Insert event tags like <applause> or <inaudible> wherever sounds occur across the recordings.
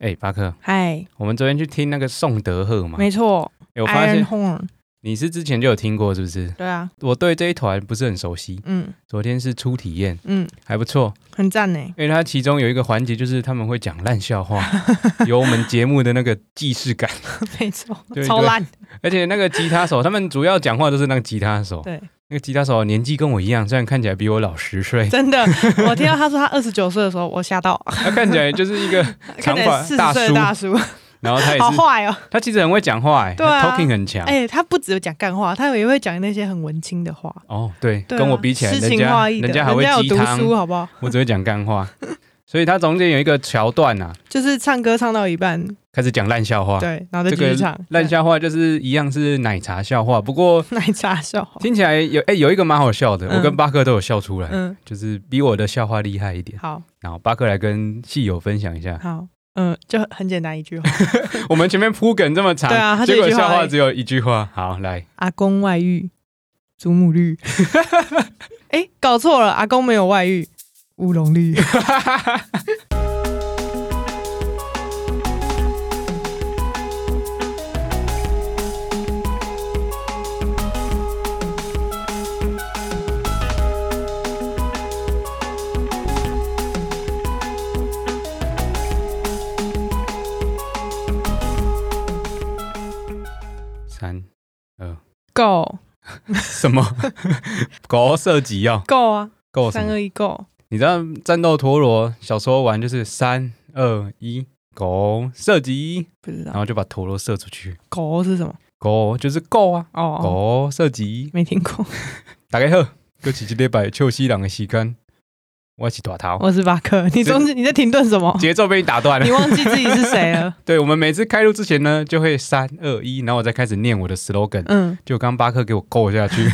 哎、巴克，嗨，我们昨天去听那个宋德赫嘛，没错哎我发，Iron 现 Horn，你是之前就有听过，是不是？对啊，我对这一团不是很熟悉，嗯昨天是初体验，嗯，还不错，很赞呢。因为它其中有一个环节就是他们会讲烂笑话，有我们节目的那个既视感， <laughs> 没错对，超烂，而且那个吉他手，他们主要讲话都是那个吉他手，对，那个吉他手年纪跟我一样，虽然看起来比我老十 <laughs> 岁，<laughs> 真的。我听到他说他二十九岁的时候，我吓到，他看起来就是 <laughs> 一个看长起发来四大十岁的叔，大叔，然后他也好是，坏哦。他其实很会讲话、哎、对啊他 talking 很强。哎，他不只有讲干话，他也会讲那些很文青的话。哦，对，对啊跟我比起来，诗人情家画意的，人家还会有鸡读汤，书，好啊不好？我只会讲干 <laughs> 话，所以他中间有一个桥段啊，就是唱歌唱到一半，开始讲烂笑话。对，然后再这继续个唱烂笑话就是一样是奶茶笑话，不过 <laughs> 奶茶笑话。听起来有哎、有一个蛮好笑的，嗯我跟巴克都有笑出来，嗯，就是比我的笑话厉害一点。好然后巴克来跟戏友分享一下，好，嗯，就很很简单一句话，我们前面铺梗这么长， <laughs> 对啊他就结果一句话笑而话已只有一句话。好，来，阿公外遇，祖母绿。 <laughs> 哎、搞错了，阿公没有外遇，乌龙 <laughs> 绿。三够什么 <laughs> 狗射击要够啊，够什三么？二一够，你知道战斗陀螺小时候玩就是三二一狗射击，不知然道后就把陀螺射出去。狗是什么？狗就是够啊，哦，狗射击。没听过。大家好，又是一礼拜秋西郎的时间，我哦是大头。我是巴克，你中间你在停顿什么？节奏被你打断了哦你。忘记自己是谁了？ <laughs> 对，我们每次开录之前呢，就会三二一，然后我再开始念我的 slogan，、嗯，就刚巴克给我扣下 <laughs> 去，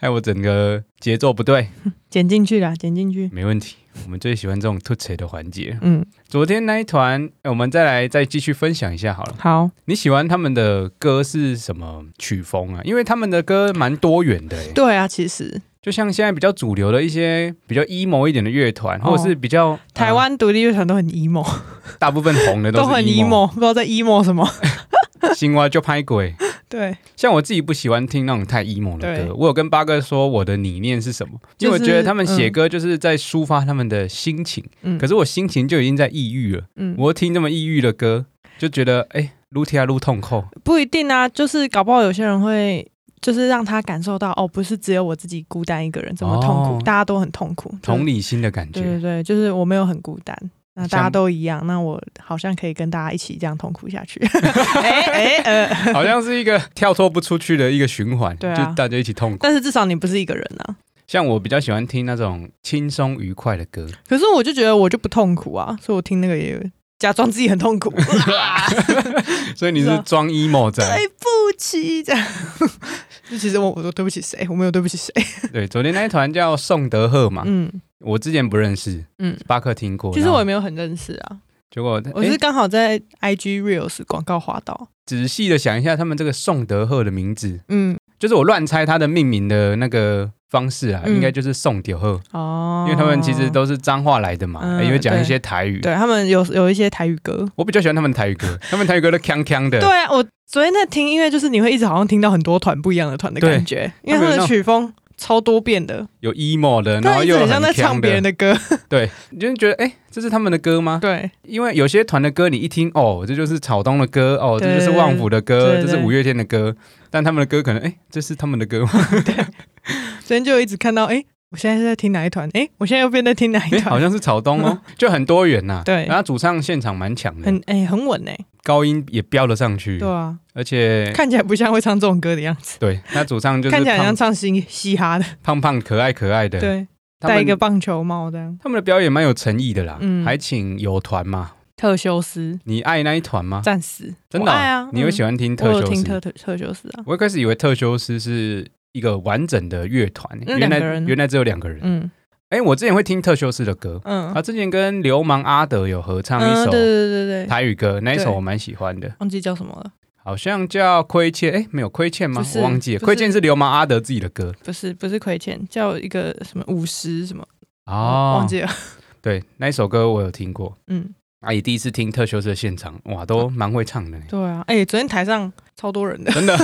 害我整个节奏不对。剪进去啦，剪进去。没问题，我们最喜欢这种突锤的环节。嗯，昨天那一团，呃我们再来再继续分享一下好了。好，你喜欢他们的歌是什么曲风啊？因为他们的歌蛮多元的、欸，对啊，其实就像现在比较主流的一些比较 emo 一点的乐团，哦或者是比较、呃台湾独立乐团都很 emo，大部分红的都都是很 emo， emo，不知道在 emo 什么。青蛙就拍鬼。对，像我自己不喜欢听那种太 emo 的对歌，我有跟八哥说我的理念是什么，因为我就是觉得他们写歌就是在抒发他们的心情，嗯可是我心情就已经在抑郁了，嗯，我听这么抑郁的歌就觉得哎，撸铁啊撸痛扣，不一定啊，就是搞不好有些人会，就是让他感受到哦，不是只有我自己孤单一个人这么痛苦，哦大家都很痛苦。同理，理心的感对觉对。对，就是我没有很孤单，那像大家都一样，那我好像可以跟大家一起这样痛苦下 <laughs> 去。哎哎呃，好像是一个跳脱不出去的一个循环，对啊就大家一起痛苦。但是至少你不是一个人啊。像我比较喜欢听那种轻松愉快的歌，可是我就觉得我就不痛苦啊，所以我听那个也假装自己很痛 <laughs> 苦，啊所以你是装 <laughs> emo 仔。对不起这样。 <laughs> 就其实我我说对不起谁，我没有对不起谁。对，昨天那一团叫宋德赫嘛，嗯我之前不认识，嗯，巴克听过。其实然后我也没有很认识啊。结果我是诶刚好在 IG Reels 广告滑到，仔细的想一下，他们这个宋德赫的名字，嗯，就是我乱猜他的命名的那个方式啊，嗯应该就是宋德赫，哦因为他们其实都是彰化来的嘛，嗯诶也会讲一些台语。对他们有有一些台语歌，我比较喜欢他们台语 <laughs> 歌，他们台语歌都锵锵的。对啊，我昨天在听音乐，就是你会一直好像听到很多团不一样的团的感觉，因为他他们有那们的种曲风超多变的，有 emo 的，然对，后一直又有很像在唱锵别人的 <laughs> 歌，对，你就觉得哎、诶这是他们的歌吗？对因为有些团的歌你一听哦，这就是草东的歌，哦，这对就是旺福的歌，对这对是五月天的歌，但他们的歌可能哎，这是他们的歌 <laughs> 吗？昨天就一直看到，哎，我现在是在听哪一团？哎，我现在又变在听哪一哎，好团？像是草东哦，就很多元呐。对然后主唱现场蛮强的，很哎很稳哎，高音也飙了上去对，啊，而且 <laughs> 看起来不像会唱这种歌的样子，对，那主唱就是看起来很像胖唱嘻嘻哈的，胖胖可爱可爱的，对，他戴一个们棒球帽这样。他们的表演蛮有诚意的啦，嗯还请有团嘛，特修斯你爱那一团吗？战士，真我的爱哦啊，，你会嗯喜欢听我特有修听斯特？特特修斯啊，我一开始以为特修斯是一个完整的乐团，那原来两个人原来只有两个人。嗯哎、我之前会听特修斯的歌，啊嗯他之前跟流氓阿德有合唱一嗯，首对对对对对，台语歌，那一首对我蛮喜欢的，忘记叫什么了，好像叫《亏欠》。哎，没有《亏欠》吗不？是我忘记了，《不是亏欠》是流氓阿德自己的歌不是不是亏欠，叫一个什么五十什么，哦忘。记了， <laughs> 对，那一首歌我有听过。嗯，阿姨第一次听特修斯的现场，哇，都蛮会唱的呢，对啊，哎、昨天台上超多人的， <laughs> 真的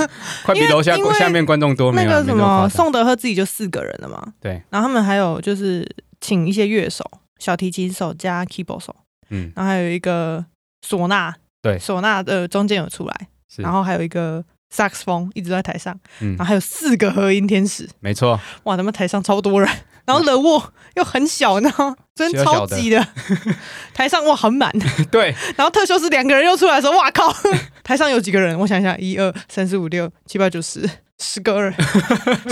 快比楼下因为下面观众多，没那有个没那什么么夸张宋德赫自己就四个人了嘛，对，然后他们还有就是请一些乐手，小提琴手加 keyboard 手，嗯，然后还有一个唢呐，对唢呐的中间有出来，是，然后啊还有一个萨克斯风一直都在台上，嗯然后还有四个和音天使，没错， <laughs> 哇，他们台上超多人， <laughs> 然后惹我又很小，呢， <laughs> 真的超级的， <laughs> 台上哇很满， <laughs> 对，然后特修斯两个人又出来的时候，哇靠， <laughs> 台上有几个人？我想一下，一二三四五六七八九十。十个 <laughs> 人，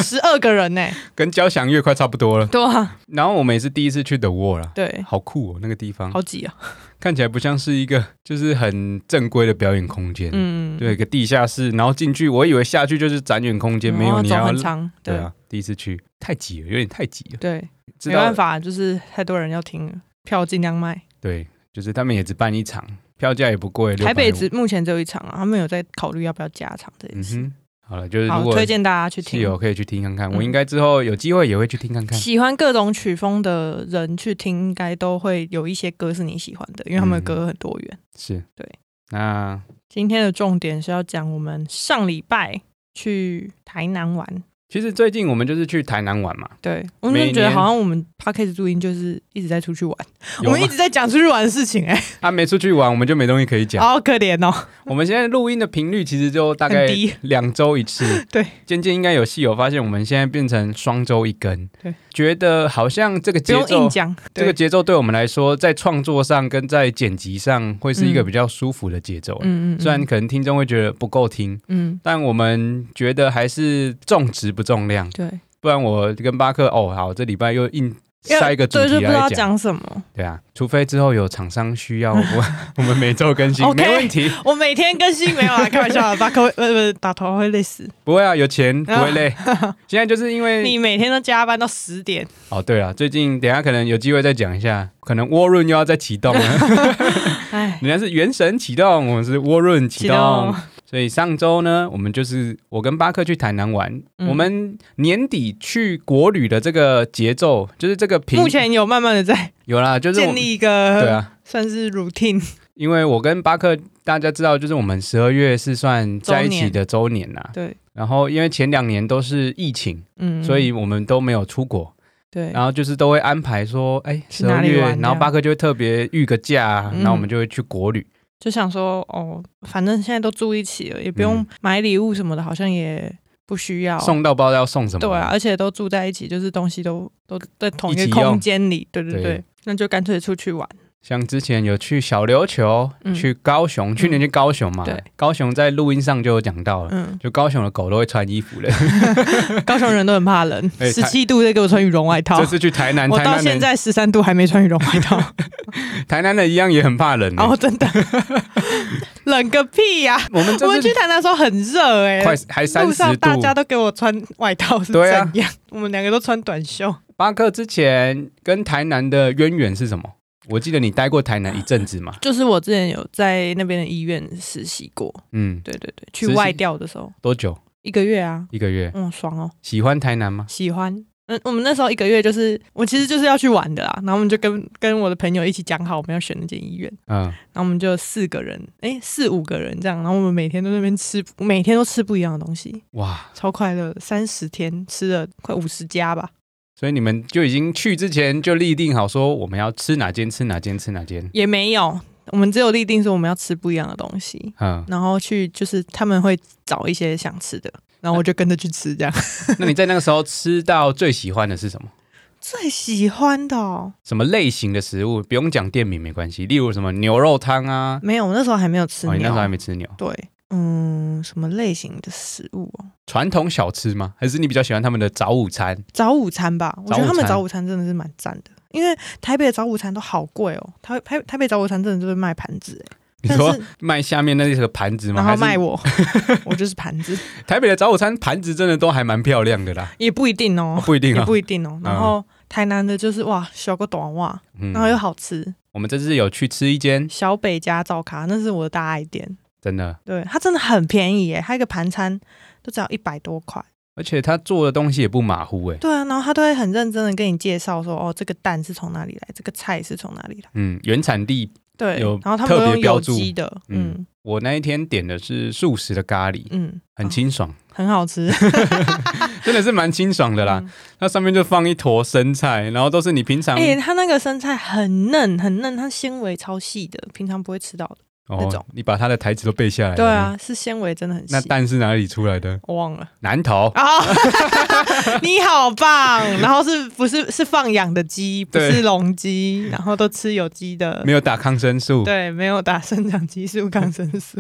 十二个人呢、跟交响乐快差不多了。对啊，然后我们也是第一次去 The Wall 啦，对，好酷哦，那个地方好挤啊，看起来不像是一个就是很正规的表演空间，嗯，对，一个地下室，然后进去，我以为下去就是展演空间，没有，嗯然后你哦走要很长，对对啊，第一次去太挤了，有点太挤了，对，知没道办法，就是太多人要听了，票尽量卖。对，就是他们也只办一场，票价也不贵，台北650只目前只有一场啊，他们有在考虑要不要加场这件嗯事。哼，好了，就是如好，果推荐大家去室听。友可以去听看看，嗯我应该之后有机会也会去听看看，喜欢各种曲风的人去听，应该都会有一些歌是你喜欢的，因为他嗯们的歌很多元。是对，那今天的重点是要讲我们上礼拜去台南玩，其实最近我们就是去台南玩嘛，对我们每觉得年好像我们 p o d c a s t 录音就是一直在出去玩，我有们一吗？直在讲出去玩的事情、他、没出去玩，我们就没东西可以哎，讲。好可怜哦。我们现在录音的频率其实就大概很低。两周一次 <laughs> 对，渐渐应该有戏友发现，我们现在变成双周一更。对，觉得好像这个不节用硬奏，讲，这对，个节奏对我们来说，在创作上跟在剪辑上会是一个嗯比较舒服的节奏。嗯嗯，嗯虽然可能听众会觉得不够听，嗯，但我们觉得还是重质不重量。对，不然我跟巴克哦，好，这礼拜又硬因为塞一个主对，题就不知道来讲，讲什么。对啊，除非之后有厂商需 <laughs> 要我， <laughs> 我们每周更新 OK 没问题，我每天更新没有啊啦，开玩笑啦，打头呃不打头会 <laughs> 累死。不会啊，有钱不会 <laughs> 累。现在就是因为你每天都加班到十点，哦，对了，最近等一下可能有机会再讲一下，可能涡润又要再启动 <laughs> 了，哎，人家是原神启动，我们是涡润启气到动。所以上周呢，我们就是我跟巴克去台南玩，嗯我们年底去国旅的这个节奏，就是这个频目前有慢慢的在有啦，就是我建们立一对个啊，算是 routine，因为我跟巴克，大家知道，就是我们十二月是算在一起的周年呐、对，然后因为前两年都是疫情，嗯，所以啊我们都没有出国，对然后就是都会安排说，哎，哎去十哪二里月玩这，样然后巴克就会特别预个假啊，嗯然后我们就会去国旅。就想说哦，反正现在都住一起了，也不用嗯买礼物什么的，好像也不需要。送到不知道要送什么，对啊，，而且都住在一起，就是东西都都在同一一个起用空间里，对对对对，那就干脆出去玩。像之前有去小琉球，嗯去高雄，去年去高雄嘛，对，高雄在录音上就有讲到了。嗯，就高雄的狗都会穿衣服了，高雄人都很怕冷， <laughs> 哎十七度在给我穿羽绒外套这。次去台南，我台到南现人，在十三度还没穿羽绒外套， <laughs> 台南的一样也很怕冷欸。然后真的 <laughs> 冷个屁呀、我们这我们次去台南的时候很热哎、快还三路十上度，大家都给我穿外套是怎对啊样？我们两个都穿短袖，巴克之前跟台南的渊源是什么？我记得你待过台南一阵子嘛，就是我之前有在那边的医院实习过，嗯，对对对，实去习外调的时候多久？一个月啊，一个月？嗯，爽哦，喜欢台南吗？喜欢。嗯，我们那时候一个月就是我其实就是要去玩的啦，然后我们就跟跟我的朋友一起讲好我们要选那间医院，嗯，然后我们就四个人，哎，四五个人这样，然后我们每天都在那边吃，每天都吃不一样的东西，哇，超快乐，三十天吃了快五十家吧，所以你们就已经去之前就立定好说我们要吃哪间吃哪间吃哪间，也没有，我们只有立定说我们要吃不一样的东西，，嗯然后去就是他们会找一些想吃的，然后我就跟着去吃，这样那你在那个时候吃到最喜欢的是什么？ <laughs> 最喜欢的、哦、什么类型的食物？不用讲店名没关系，例如什么牛肉汤啊，没有，我那时候还没有吃哦，你那牛，时候还没吃牛，对，嗯，什么类型的食物哦？传统小吃吗？还是你比较喜欢他们的早午餐？早午餐吧，我觉得他们早早午午餐真的是蛮赞的，因为台北的早午餐都好贵哦，台台台北早午餐真的就是卖盘子哎，你但说是卖下面那个盘子吗？然后还是 <laughs> 卖我，我就是盘子，台北的早午餐盘子真的都还蛮漂亮的啦，也不一定哦哦、，不一定也啊、不一定哦。嗯然后台南的就是哇，小个短袜，嗯然后又好吃，我们这次有去吃一间，小北家灶咖，那是我的大爱店。真的，对，它真的很便宜耶，它一个盘餐都只要一百多块。而且他做的东西也不马虎哎、对啊，然后他都会很认真的跟你介绍说，哦，这个蛋是从哪里来，这个菜是从哪里来。嗯，原产地对，有然后他特们都别用标有注机的，嗯嗯我那一天点的是素食的咖喱，嗯，很清爽， <laughs> 很好吃，真的是蛮清爽的啦。 <laughs> 嗯它上面就放一坨生菜，然后都是你平常、哎、它那个生菜很嫩很嫩，它纤维超细的，平常不会吃到的。那哦种，你把它的台词都背下来了。对啊，是纤维真的很细哎那。蛋是哪里出来的？我忘了 <laughs> 南投。啊！你好 <laughs> 棒！然后是不是是放养的鸡，不对是笼鸡，然后都吃有机的没。有打抗生素，对，没有打生长激素、抗生 <laughs> 素。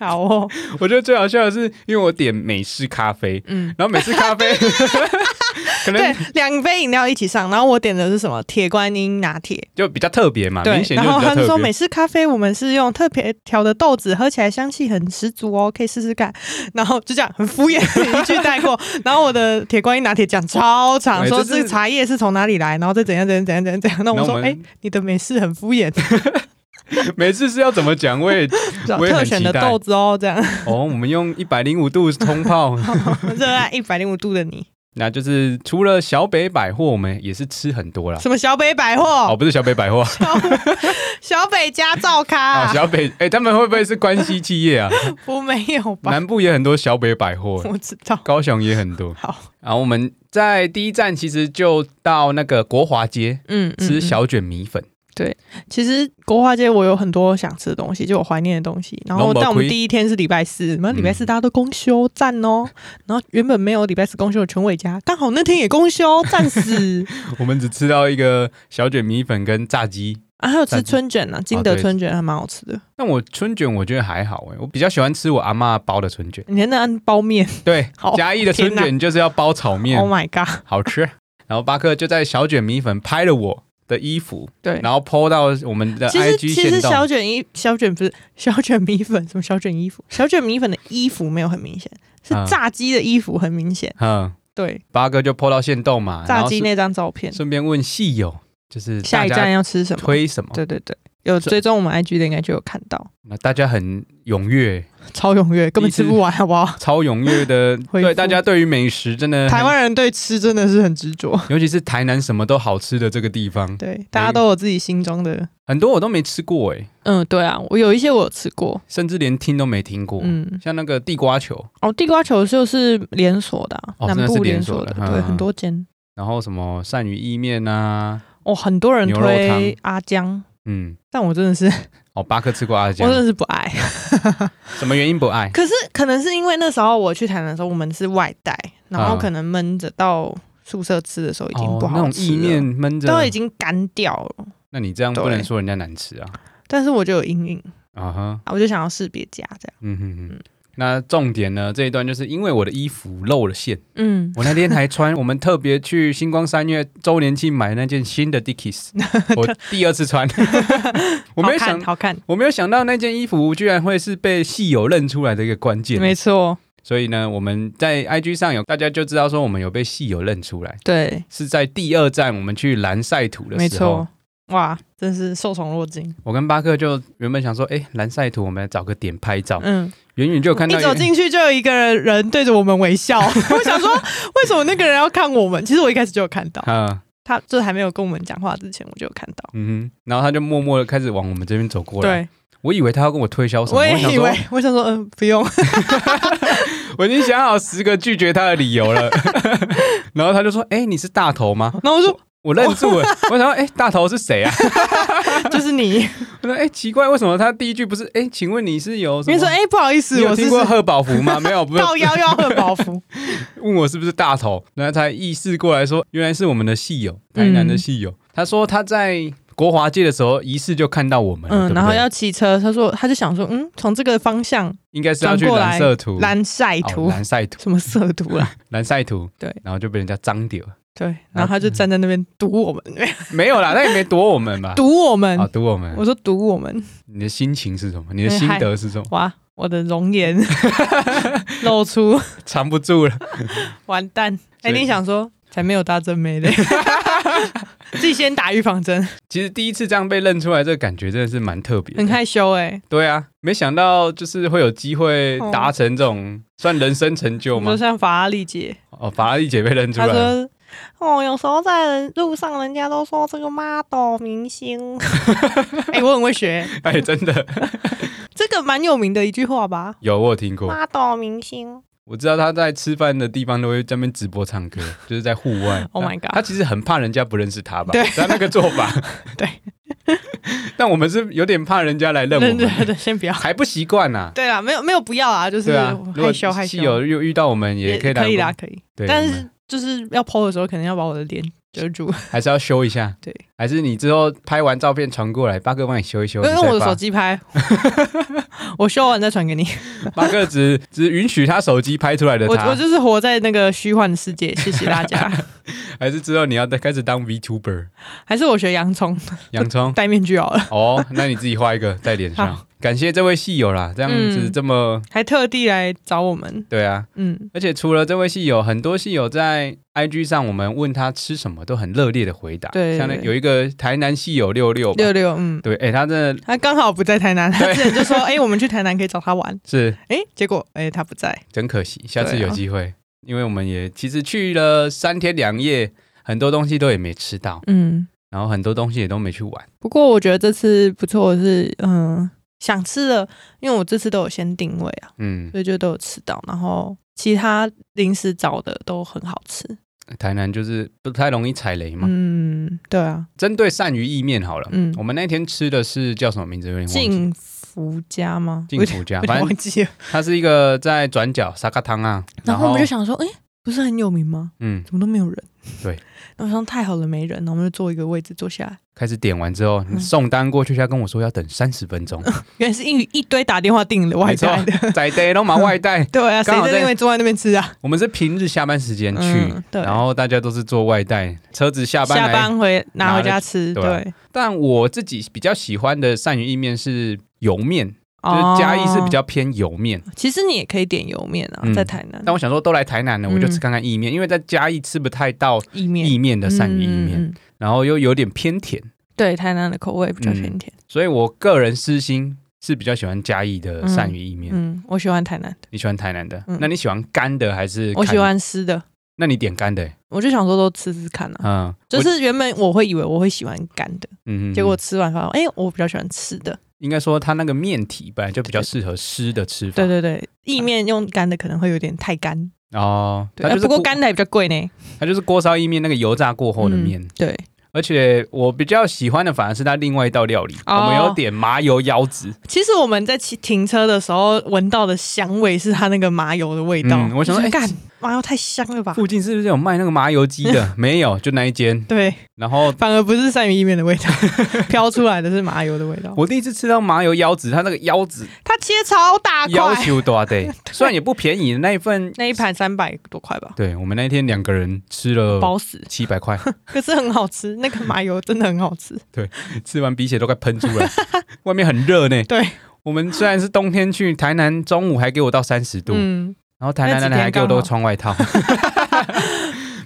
好哦，我觉得最好笑的是，因为我点美式咖啡，嗯，然后美式咖啡 <laughs> 可对能，两杯饮料一起上。然后我点的是什么？铁观音拿铁。就比较特别嘛，对啊明，显就然比后较他就特说别美。式咖啡我们是用特别调的豆子，喝起来香气很十足哦，可以试试看。然后就这样很敷衍一句 <laughs> 带过。然后我的铁观音拿铁讲超长，哎说这是这个茶叶是从哪里来，然后再怎样怎样怎样怎样怎样。那我那我说，们哎，你的美式很敷衍，每次是要怎么讲？我也 <laughs> <laughs> 我也很特选的期待豆子哦，这样。哦，我们用一百零五度冲 <laughs> 泡，我 <laughs> 热爱一百零五度的你，那就是除了小北百货，我们也是吃很多啦。什么小北百哦，货、不是小北百货 <laughs> 小北家照咖啊，啊，小北，哎，他们会不会是关西企业 <laughs> 啊？我没有吧？南部也很多小北百货，我知道。高雄也很多。好，然后我们在第一站其实就到那个国华街嗯，嗯吃嗯小卷米粉，其实国华街我有很多想吃的东西，就我怀念的东西。然后龙宝但我们亏嗯第一天是礼拜四，然后礼拜四大家都公休，赞哦。然后原本没有礼拜四公休的全伟家，刚好那天也公休，<laughs> 赞死我们只吃到一个小卷米粉跟炸鸡。啊！还有赞吃死春卷呢、啊，金德对春卷还蛮好吃的。但我春卷我觉得还好哎、我比较喜欢吃我阿嬷包的春卷。你看那按包面对好，嘉义的春天卷就是要包炒面， ，Oh my god！好吃。然后巴克就在小卷米粉拍了我的衣服，对。然后 PO 到我们的其实 IG 其实线小动。卷衣小卷不是小卷米粉，什么小卷衣服？小卷米粉的衣服没有很明显，是嗯炸鸡的衣服很明显。嗯，对，八哥就 PO 到线动嘛，啊然炸后鸡顺那张照片，顺便问戏友，就是下大一站家要吃什么？推什么？对对对，有这追踪我们 IG 的应该就有看到， <laughs> 那大家很踊跃，超踊跃，根本吃不完，好不好？超踊跃 <laughs> 的，回对复大家对于美食真 <laughs> 的很台，湾人对吃真的是很执着，尤其是台南什么都好吃的这个地方，对，大家都有自己心中的。很多我都没吃过哎、嗯，对啊，我有一些我有吃过，甚至连听都没听过。嗯，像那个地瓜球，哦，地瓜球就是连锁的啊、哦南真的部是连锁的，锁的对，嗯很多间。然后什么鳝鱼意面啊，哦，很多人牛肉推阿江，嗯，但我真的是，哦，巴克吃过阿我江真，的是不爱。 <laughs> 什么原因不爱？可是可能是因为那时候我去台南的时候，我们是外带，然后嗯可能闷着到宿舍吃的时候已经不哦、那好种吃意了，面闷着，都已经干掉了。那你这样不对能说人家难吃啊。但是我就有阴影，啊哈，啊，我就想要试别家这样。嗯哼哼。那重点呢？这一段就是因为我的衣服露了馅，嗯，我那天还穿我们特别去星光三月周年庆买那件新的 <laughs> Dickies，我第二次穿，我没有想，好看，我没有想到那件衣服居然会是被戏友认出来的一个关键，没错，所以呢，我们在 IG 上有大家就知道说我们有被戏友认出来，对，是在第二站我们去蓝晒图的没时候错，，哇，真是受宠若惊。我跟巴克就原本想说，哎，蓝晒图我们来找个点拍照，嗯，远远就有看到一走 <laughs> 进去就有一个人对着我们微笑，我想说为什么那个人要看我们？其实我一开始就有看到，啊，他就还没有跟我们讲话之前，我就有看到。嗯哼，然后他就默默的开始往我们这边走过来，对，我以为他要跟我推销什么，我我也想以说为，我想说，嗯，不用， <laughs> 我已经想好十个拒绝他的理由 <laughs> 了，然后他就说，哎，你是大头吗？然后 <laughs> 我说我愣住了，我想说，哎，大头是谁啊？ <laughs> 就是你，我说，哎，奇怪，为什么他第一句不是，哎，请问你是有什你么说？哎，不好意你思，有我听是过贺宝福 <laughs> 吗？没有，不是到腰要喝 <laughs> 饱福，问我是不是大头，然后才意识过来说，原来是我们的戏友，台南的戏嗯友。他说他在国华街的时候，疑似就看到我们了，对嗯，不然后对要骑车，他说他就想说，嗯，从这个方向应该是要去转过蓝来色图、蓝晒哦图，蓝晒图、什么色图啊啦？蓝晒图，对然后就被人家脏掉了，对，然后他嗯就站在那边堵我们，没有啦，他也没躲我们吧？ <laughs> 堵我们啊，。堵我们我。哎说堵我们，你的心情是什么？你的心得是什么？哇，我的容 <laughs> 颜露出，藏不住了，完蛋！所哎，以你想说才没有大正 <laughs> 妹嘞，自己先打预防针，其实第一次这样被认出来，这个感觉真的是蛮特别的。很害羞哎。对啊，没想到就是会有机会哦达成这种算人生成就我吗 <laughs> 说？像法拉利姐，哦，法拉利姐被认出她来了，说哦，有时候在人路上，人家都说这个 model <laughs> 明星，哎、我很会学， <laughs> 哎，真的这个蛮有名的一句话吧有我有听过， ，model 明星，我知道他在吃饭的地方都会在那边直播唱 <laughs> 歌，就是在户外。 Oh my god 他其实很怕人家不认识他吧？对他那个做法。 <laughs> 对。 <laughs> 但我们是有点怕人家来认我对们，对对，先不要。还不习惯呐。对啦，没有没有不要啊，就是对啊，如害果羞害室羞，友又遇到我们，也可以来可以啦，可以。对但我是就是要 PO 的时候，可能要把我的脸遮 <laughs> 住，还是要修一下。对，还是你之后拍完照片传过来，八哥帮你修一修。因为你再我的发手机 <laughs> 拍，我修完再传给你。八哥只只允许他手机拍出来的我我他，就是活在那个虚幻的世界，谢谢大家。 <laughs> 还是之后你要开始当 <laughs> VTuber 还是我学洋葱洋葱戴面具好了，哦，那你自己画一个在脸上。感谢这位戏友啦，这样子嗯这么、还特地来找我们。对啊，嗯，而且除了这位戏友，很多戏友在 IG 上，我们问他吃什么，都很热烈的回答。对对像那对有一个台南戏友六六吧，六六，嗯，对，哎、他真的他刚好不在台南，他之 <laughs> 前就说，哎、我们去台南可以找他玩，是哎、结果哎、他不在，真可惜，下次对有啊机会，因为我们也其实去了三天两夜，很多东西都也没吃到，嗯。然后很多东西也都没去玩。不过我觉得这次不错的是，嗯，想吃的，因为我这次都有先定位啊，嗯，所以就都有吃到。然后其他临时找的都很好吃。台南就是不太容易踩雷嘛。嗯，对啊，针对鳝鱼意面好了，嗯我们那天吃的是叫什么名字？有点忘记。幸福家吗？幸福家我有点 <laughs> 反正忘记了。它是一个在转角沙咖汤啊，然后我们就想说，哎、不是很有名吗？嗯，怎么都没有人？对。然后我想太好了，没人，然后我们就坐一个位置坐下来。开始点完之后，嗯你送单过去，他跟我说要等三十分钟，原来是一一堆打电话订的外带的。。在地都忙外带 <laughs> 对啊，谁刚好在在因为坐在那边吃啊？ <laughs> 我们是平日下班时间去，嗯对然后大家都是坐外带，车子下班下来班回拿回拿家了吃，对啊对，但我自己比较喜欢的鳝鱼意面是油面，就是嘉义是比哦较偏油面。其实你也可以点油面啊，嗯在台南但我想说，都来台南了，我就嗯吃看看意面，因为在嘉义吃不太到意面意面的鳝鱼意面，嗯嗯嗯然后又有点偏甜，对台南的口味嗯比较偏甜。所以我个人私心是比较喜欢嘉义的鳝鱼意面。嗯，我喜欢台南的，你喜欢台南的？嗯那你喜欢干的还是？我喜。欢湿的，那你点干的、欸？我就想说都吃吃看啊。嗯，就我是原本我会以为我会喜欢干的，嗯，嗯结果嗯吃完发现，哎、我比较喜欢吃的。应该说它那个面体本来就比较适合湿的吃法。对对嗯对，意面用干的可能会有点太干，哦，对，它啊就是不过锅干的也比较贵呢。它就是锅烧意面那个油炸过后的嗯面。对，而且我比较喜欢的反而是它另外一道料理，哦我们有点麻油腰子。其实我们在骑停车的时候闻到的香味是它那个麻油的味道。嗯我想说就哎干、麻油太香了吧？附近是不是有卖那个麻油鸡 <laughs> 的？没有，就那一间。对，然后反而不是鳝鱼意面的味道， <laughs> 飘出来的是麻油的味道。我第一次吃到麻油腰子，它那个腰子它切超大要块，求多 <laughs> 对，虽然也不便宜，那一份那一盘三百多块吧，对我们那一天两个人吃了 <laughs> 包死。七百块，可是很好吃，那个麻油真的很好 <laughs> 吃。吃完鼻血都快喷出来， <laughs> 外面很热呢。对，我们虽然是冬天去台南，中午还给我到三十度，嗯，然后台南那几男人还天给刚我好都穿外套， <laughs>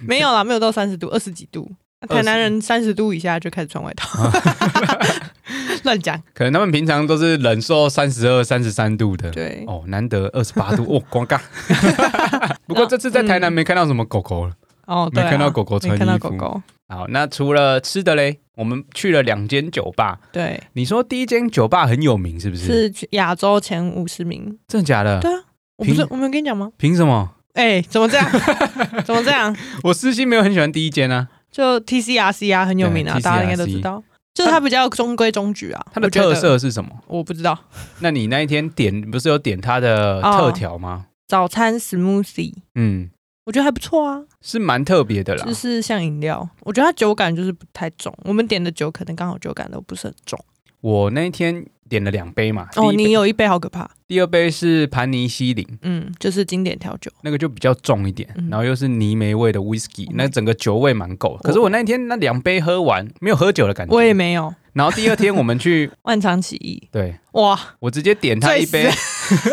没有啦，没有到三十度，二十几度。台南人三十度以下就开始穿外 <laughs> 套，乱讲。可能他们平常都是忍受三十二、三十三度的。对，哦，难得二十 <laughs> 八度哦，光尬。 <laughs> 不过这次在台南没看到什么狗狗了。哦，对啊，没看到狗狗穿没看到衣服狗狗。好，那除了吃的嘞，我们去了两间酒吧。对，你说第一间酒吧很有名是不是？是亚洲前五十名。真的假的？对啊，我不是凭我没有跟你讲吗？凭什么？哎，怎么这 <laughs> 样？怎么这样？我私心没有很喜欢第一间啊，就 T C R C 啊，很有名啊，对大家应该都知道。就是它比较中规中矩啊，它的我觉得特色是什么？我不知道。那你那一天点不是有点它的特调吗？早餐 smoothie，嗯，我觉得还不错啊，是蛮特别的啦就。是像饮料，我觉得它酒感就是不太重。我们点的酒可能刚好酒感都不是很重。我那一天点了两杯嘛，哦，第一杯你有一杯好可怕，第二杯是盘尼西林，嗯，就是经典调酒，那个就比较重一点，嗯然后又是泥煤味的 whisky，、 Oh my 那整个酒味蛮够。可是我那一天那两杯喝完，没有喝酒的感觉。我也没有然后第二天我们去， <laughs> 万长起义，对哇我直接点他一杯醉，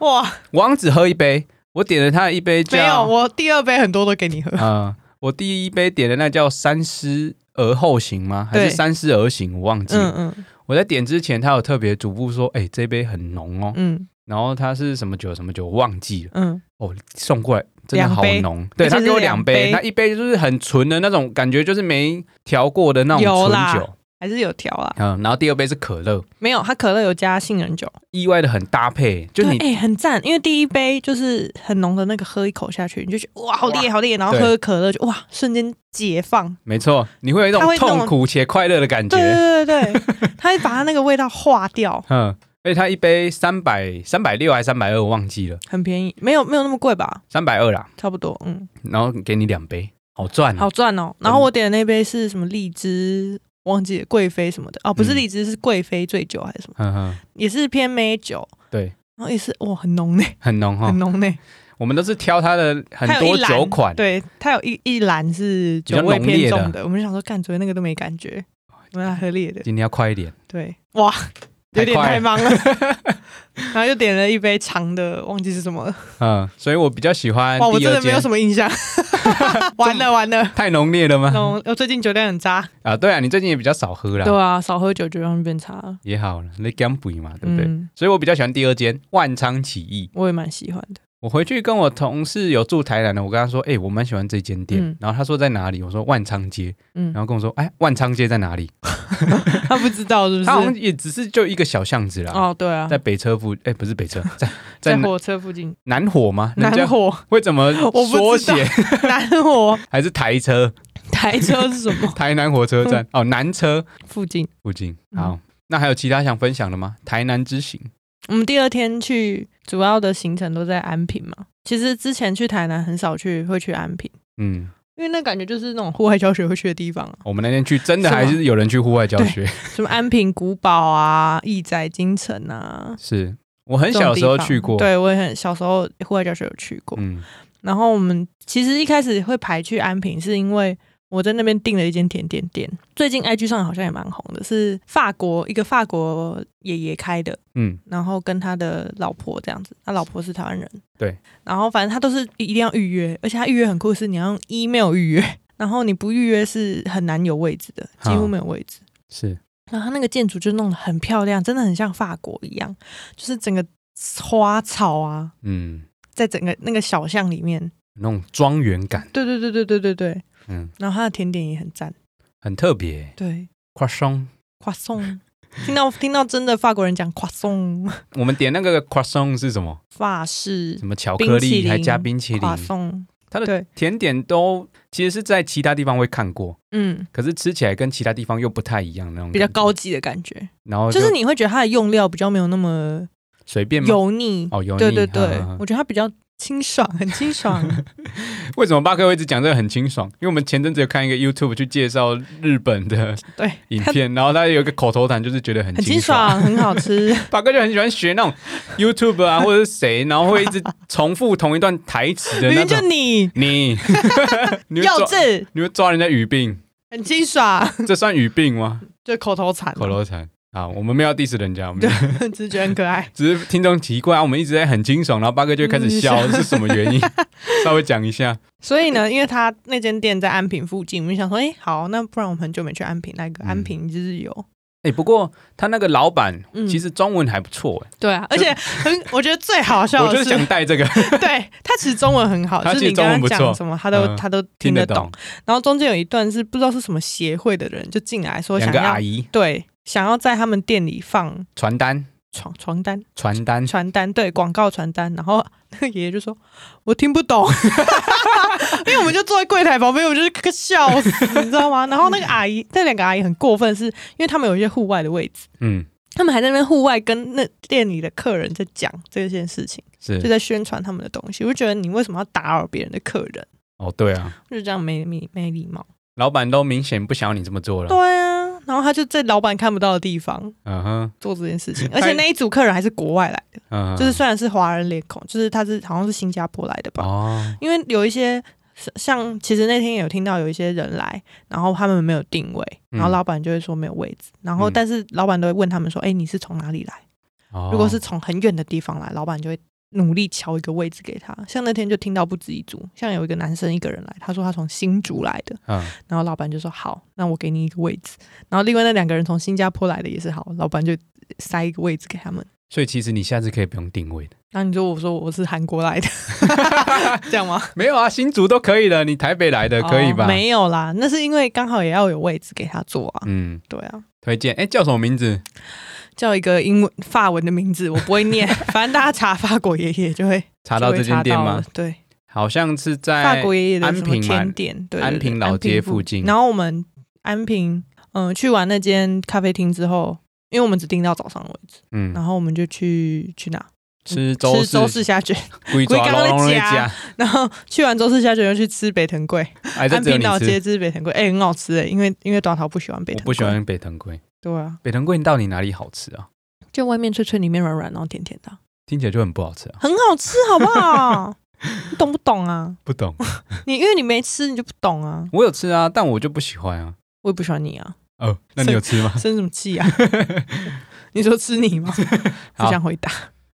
哇，王子喝一杯，我点了他一杯没有，叫，我第二杯很多都给你 <laughs> 喝，呃，我第一杯点的那叫三思而后行吗？还对是三思而行？我忘记了。嗯嗯我在点之前，他有特别嘱咐说，哎、这杯很浓哦，嗯，然后它是什么酒什么酒我忘记了嗯，哦，送过来真的两好杯浓，对而且他是给我两两杯，杯那一杯就是很纯的那种感觉，就是没调过的那种有纯啦酒，还是有调啦。嗯，然后第二杯是可乐，没有，它可乐有加杏仁酒，意外的很搭配，就对，你哎、很赞。因为第一杯就是很浓的那个，喝一口下去，你就觉得哇，好烈，好烈。然后对喝可乐就哇，瞬间解放。没错， <laughs> 你会有一种它会那种痛苦且快乐的感对觉，对对对对，它会把它那个味道化掉，嗯，而且它一杯三百三百六还三百二，我忘记了，很便宜，没有没有那么贵吧，三百二啦，差不多，嗯，然后给你两杯，好赚啊，好赚哦。然后我点的那杯是什么荔枝，忘记了贵妃什么的哦，不是嗯荔枝，是贵妃醉酒还是什么，嗯哼，也是偏美酒，对，然后也是哇，很 <laughs> 浓呢，很浓哈很，浓呢，我们都是挑它的很嗯它有多一篮酒款，对，它有一一篮是比较酒味浓烈偏的重的，我们就想说，干昨天那个都没感 <laughs> 觉，我们要喝烈的，今天要快一点，对，哇，有点太太快了忙了， <laughs> 然后又点了一杯长的，忘记是什么了。嗯，所以我比较喜欢哇，我第真二的没有间，什么印 <laughs> 象，完了完了。太浓烈了吗？那我我最近酒量很渣，啊，对啊，你最近也比较少喝啦，啊，少喝酒酒量变差了，也好了，那干杯嘛，对不对？嗯，所以我比较喜欢第二间万昌起义。我也蛮喜欢的，我回去跟我同事有住台南的，我跟他说，哎、我蛮喜欢这间店。嗯然后他说在哪里？我说万昌街，嗯然，后跟我说，哎，万昌街在哪里？ <laughs> 他不知道是不他好像是？也只是就一个小巷子啦，哦，对啊在，北车附，哎、不是北 <laughs> 车，在在在南火车附近，南火吗？ <laughs> 人南家火， <laughs> 会怎么不知道缩写？南火，还是台 <laughs> 车？台车是什么？台南火车 <laughs> 站、哦，南车附近。 <laughs> 附近。嗯好，那还有其他想分享的吗？台南之行，我们第二天去，主要的行程都在安平嘛。其实之前去台南很少去，会去安平，嗯，因为那感觉就是那种户外教学会去的地方啊，我们那天去真的是吗还是有人去户外教学，什么安平古堡啊、 <laughs> 义载金城啊， <laughs> 是我很很小的时候去过，，对我也很小时候户外教学有去过。嗯，然后我们其实一开始会排去安平，是因为我在那边订了一间甜点店，最近 IG 上好像也蛮红的，是法国一个法国爷爷开的，嗯，然后跟他的老婆这样子，他老婆是台湾人，对，然后反正他都是一定要预约，而且他预约很酷，是你要用 email 预约， <laughs> 然后你不预约是很难有位置的，几乎没有位置。是然后他那个建筑就弄得很漂亮，真的很像法国一样，就是整个花草啊，嗯，在整个那个小巷里面，那种庄园感，对对对对对对对，嗯，然后它的甜点也很赞，很特别。对，夸松，夸送，听到听到真的法国人讲夸送，我们点那个夸松是什么？法式什么巧克冰淇力淋还加冰淇淋夸？送，它的对，甜点都其实是在其他地方会看过，嗯，可是吃起来跟其他地方又不太一样那种，比较高，级的感觉，然后就是你会觉得它的用料比较没有那么随便吗油腻，哦油腻，对对对呵呵，呵我觉得它比较清爽，很清 <laughs> 爽，为什么巴克会一直讲这个很清爽？因为我们前阵子有看一个 YouTube 去介绍日本的对，影片，然后他有一个口头禅，就是觉得很很清清爽。爽，很好 <laughs> 吃，法哥就很喜欢学那种 YouTube 啊，或者是谁，然后会一直重复同一段台词的明那明就种。你你你会 <laughs> 幼抓稚，你会抓人家语病，很清爽，这算语病 <laughs> 吗？就口头禅啊，口头禅啊，我们没有 diss 人家，我们 <laughs> 对只是觉得很 <laughs> 可爱，只是听众奇怪，啊我们一直在很清爽，然后八哥就会开始笑，嗯是什么原 <laughs> 因？稍微讲一下，所以呢，因为他那间店在安平附近，我们就想说，哎、好，那不然我们很久没去安平，来个嗯安平日游。哎，不过他那个老板嗯其实中文还不错，对啊，而且很，我觉得最好哎，笑我就的是是想，带这个对他其实中文很 <laughs> 好，他就其是实你跟中文他不错讲什么，他都嗯他都听听得得懂懂。。然后中间有一段是不知道是什么协会的人就进来说两想个阿要姨对想要在他们店里放传单，床床单传单，传单，对广告传单。然后那个爷爷就说：“我听 <laughs> 不懂。” <laughs> 因为我们就坐在柜台旁边，我就是个笑死，你知 <laughs> 道吗？然后那个阿姨，那两个阿姨很过分是，因为他们有一些户外的位置，嗯，他们还在那边户外跟那店里的客人在讲这件事情，是就在宣传他们的东西。我就觉得你为什么要打扰别人的客人？哦，对啊，就这样没没没礼貌。老板都明显不想要你这么做对了。啊，然后他就在老板看不到的地方嗯哼，做这件事 <laughs> 情，他而且那一组客人还是国外来的，嗯哼，就是虽然是华人脸孔，就是他是好像是新加坡来的吧，哦，因为有一些像，其实那天也有听到有一些人来，然后他们没有定位，嗯然后老板就会说没有位置，然后嗯但是老板都会问他们说，哎、你是从哪里来？哦如果是从很远的地方来，老板就会努力敲一个位置给他。像那天就听到不止一组，像有一个男生一个人来，他说他从新竹来的，嗯，然后老板就说好，那我给你一个位置。然后另外那两个人从新加坡来的也是好，老板就塞一个位置给他们。所以其实你下次可以不用定位的。 <laughs> 然后你说我说我是韩国来的，这样 <laughs> 吗？没有啊，新竹都可以了，你台北来的呃可以吧？哦没有啦，那是因为刚好也要有位置给他坐啊。嗯，对啊，推荐。哎，叫什么名字？叫一个英文法文的名字，我不会念， <laughs> 反正大家查法国爷爷就会查到这间店？就会查吗了？对，好像是在法国爷爷的安什么平嘛甜点，对，对对安平老街附近然后我们安平，嗯、去完那间咖啡厅之后，因为我们只订到早上的位置，嗯然后我们就去去哪？吃周吃周氏氏虾卷，龟龟抓龙缸的啊龙的家家，然后去完周氏虾卷又去吃北藤贵，哎，这安只有平老你街吃。吃北藤贵，哎、很好吃哎、因为因为短桃不喜欢北我藤，不喜，欢北藤龟，对啊，北藤龟到底哪里好吃啊？就外面脆脆，里面软软，然后甜甜的啊，听起来就很不好吃啊！很好吃，好不好？ <laughs> 你懂不懂啊？不懂，你因为你没吃，你就不懂啊。我有吃啊，但我就不喜欢啊。我也不喜欢你啊，哦，那你有吃 <laughs> 吗？生什么气啊？ <laughs> 你说吃你吗？<laughs> 不好想回答。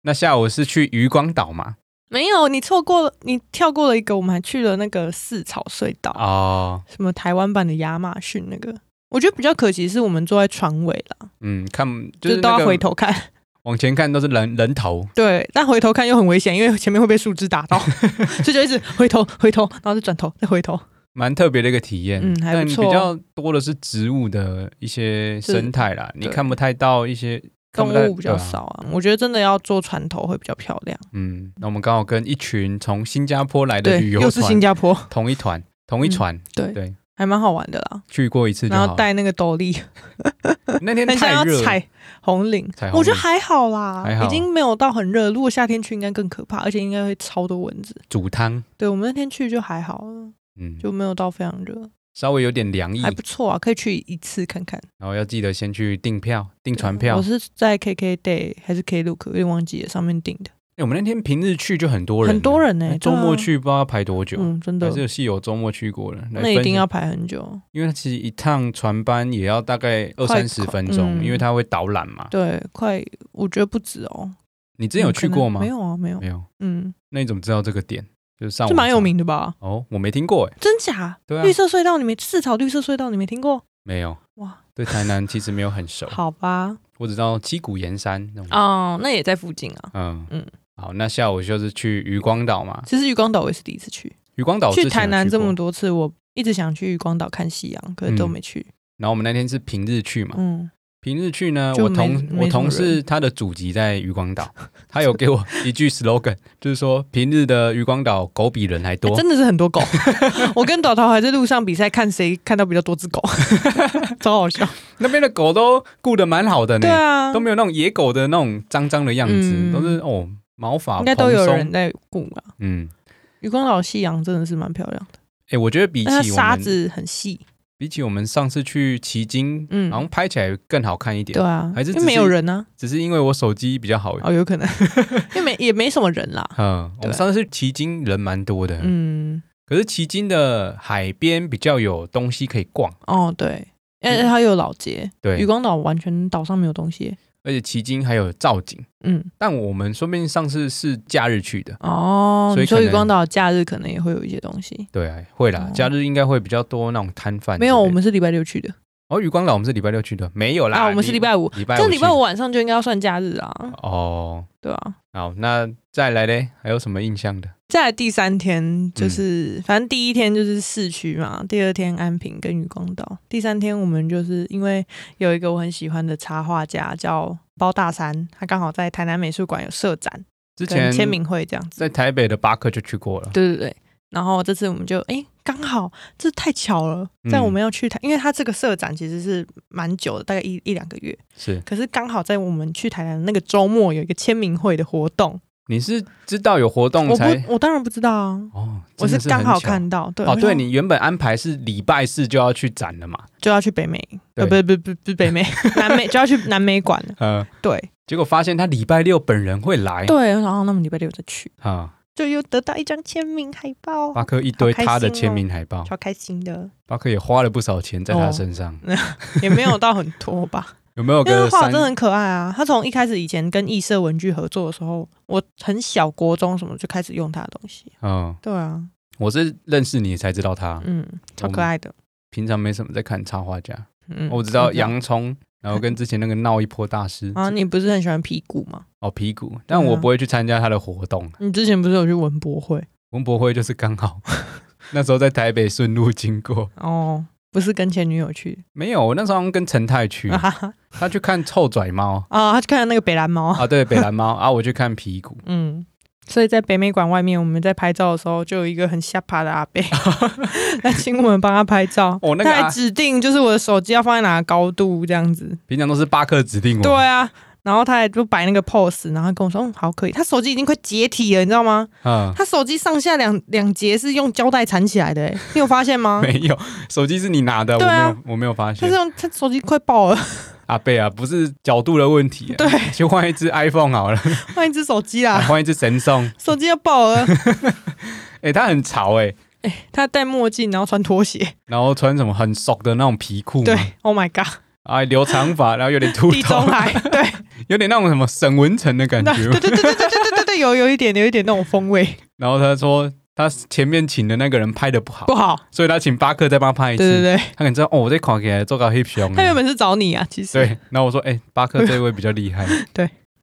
那下午是去渔光岛嘛？没有，你错过了，你跳过了一个，我们还去了那个四草隧道，哦，什么台湾版的亚马逊那个。我觉得比较可惜是我们坐在船尾啦，嗯，看就就是都那要个回头 <laughs> 看。往前看都是人人头，对，但回头看又很危险，因为前面会被树枝打 <laughs> 到，所以就一直回头回头，然后再转头再回头。蛮特别的一个体验。嗯还但不错比较多的是植物的一些生态啦，你对看不太到一些看动不太物比较对啊少啊，我觉得真的要坐船头会比较漂亮。嗯，那我们刚好跟一群从新加坡来的对，旅游又是新团加坡，嗯同一团，同一船，对对，还蛮好玩的啦。去过一次就然后好。带那个斗笠，那天很像太要热了，踩红领踩，红我觉得领还好啦，还好已经没有到很热。如果夏天去应该更可怕，而且应该会超多蚊子。煮汤，对我们那天去就还好，嗯，就没有到非常热，稍微有点凉意还，不错啊，可以去一次看看。然后要记得先去订票、订船票。我因是在 KK Day 还是 Klook，有点忘记了，上面订的，哎为我们那天平日去就很多人，很多人呢、哎周末对啊，去不知道要排多久。嗯，真还的是，有戏友周末去过了，来那一分定享要排很久。因为它其实一趟船班也要大概二快三十分钟，嗯因为它会导览嘛。对，快，我觉得不止哦。你之你前有去过吗？没，有啊，没有没。有。嗯，那你怎么知道这个点？就是上网这蛮有查名的吧？哦，我没听过哎，真假？对啊绿色隧道你没四草绿色隧道你没听过？没有。哇，对台南其实没有很熟， <laughs> 好吧，我只知道七股盐山那种。哦，那也在附近啊。嗯嗯嗯，好，那下午就是去渔光岛嘛。其实渔光岛我也是第一次去，渔光哦岛之前去有台南这么过，嗯多次，我一直想去渔光岛看夕阳，可是都没去。然后我们那天是平日去嘛，嗯，平日去呢，就我没同没什么我同事人他的祖籍在渔光岛， <laughs> 他有给我一句 slogan，就是说平日的渔光岛狗比人还多。哎真的是很 <laughs> 多狗。我跟导桃还在路上比赛，看谁看到比较多只 <laughs> 狗，超好笑。那边的狗都顾得蛮好的呢，对啊，都没有那种野狗的那种脏脏的样子，嗯都是哦毛发应该都有蓬松人在顾啊。嗯。渔光岛夕阳真的是蛮漂亮的，哎、我觉得比但它起我沙们子很细。比起我们上次去奇经，嗯好像拍起来更好看一点对。啊，还是因只是为没有人啊。只是因为我手机比较好，哦，有 <laughs> 可能，因为没也没什么人啦。嗯，我对们上次去奇经人蛮多的，嗯。可是奇经的海边比较有东西可以逛，哦，对，因为它有老街，嗯对渔，光岛完全岛上没有东西。而且奇经还有造景。嗯，但我们说不定上次是假日去的，哦，所以你说可渔能光岛假日可能也会有一些东西。对啊，会啦，哦假日应该会比较多那种摊贩之类的。没有，我们是礼拜六去的哦，渔光岛我们是礼拜六去的，没有啦，啊，我们是礼拜五，礼拜这礼拜去五晚上就应该要算假日啊，哦。对啊。好，那再来嘞，还有什么印象的？再来第三天嗯就是，反正第一天就是市区嘛，第二天安平跟渔光岛，第三天我们就是因为有一个我很喜欢的插画家叫包大山，他刚好在台南美术馆有设展之前跟签名会这样子。在台北的巴克就去过了，对对对。然后这次我们就哎，刚好这太巧了，嗯在我们要去台，因为它这个社展其实是蛮久的，大概一一两个月。是可是刚好在我们去台南的那个周末有一个签名会的活动，你是知道有活动我才不，我当然不知道啊，哦，我真的是刚好很巧看到，对哦，我对想你原本安排是礼拜四就要去展了嘛，就要去北美，呃，不对不不不 <laughs> 是北美，南美就要去南美馆了，呃，对结果发现他礼拜六本人会来，嗯对，然后那么礼拜六再去，啊，就又得到一张签名海报，巴克一堆好开心他的哦签名海报，超开心的，巴克也花了不少钱在他哦身上，也没有到很多吧，有没有因为个他画得三真的很可爱啊！他从一开始以前跟异色文具合作的时候，我很小国中什么就开始用他的东西。嗯，对啊，我是认识你才知道他，嗯，超可爱的。平常没什么在看插画家，嗯，我只知道洋葱，然后跟之前那个闹一波大师， <laughs> 啊啊，你不是很喜欢屁股吗？哦，皮鼓，但我不会去参加他的活动。你之前不是有去文博会文博会就是刚好 <laughs> 那时候在台北顺路经过，哦？不是跟前女友去没有，我那时候好像跟陈太去，啊他去看臭拽猫啊？他去看那个北蓝猫，啊，对，北蓝猫啊，我去看皮鼓，嗯，所以在北美馆外面，我们在拍照的时候，就有一个很下爬的阿 <laughs> 伯来请我们帮他拍照。哦那个他阿还指定就是我的手机要放在哪个高度这样子。平常都是巴克指定我，对啊，然后他还就摆那个 pose，然后跟我说：“嗯，好，可以。”他手机已经快解体了，你知道吗？嗯，他手机上下两两节是用胶带缠起来的、欸，你有发现吗？ <laughs> 没有，手机是你拿的，我对没啊有，我没有发他现是。用他手机快爆了， <laughs> 阿贝啊，不是角度的问题、啊，对，啊去换一只 iPhone 好了，换一只手机啦，换一只神送。手机要爆了。 <laughs> 欸哎、他很潮哎、他戴墨镜，然后穿拖鞋，然后穿什么很熟的那种皮裤嘛，对，Oh my god，啊，留长发，然后有点秃地中头， <laughs> 海，对。有点那种什么沈文成的感对觉。对对对对对对对对，有有一点有一点那种风味，然后他说他前面请的那个人拍的不好，不好。所以他请巴克再帮他拍一对次。对对，他可能知道哦，我这款给他做个 hip 熊。他原本是找你啊，其嗯实。对。，然后我说哎、巴克这位比较 <laughs> 厉害，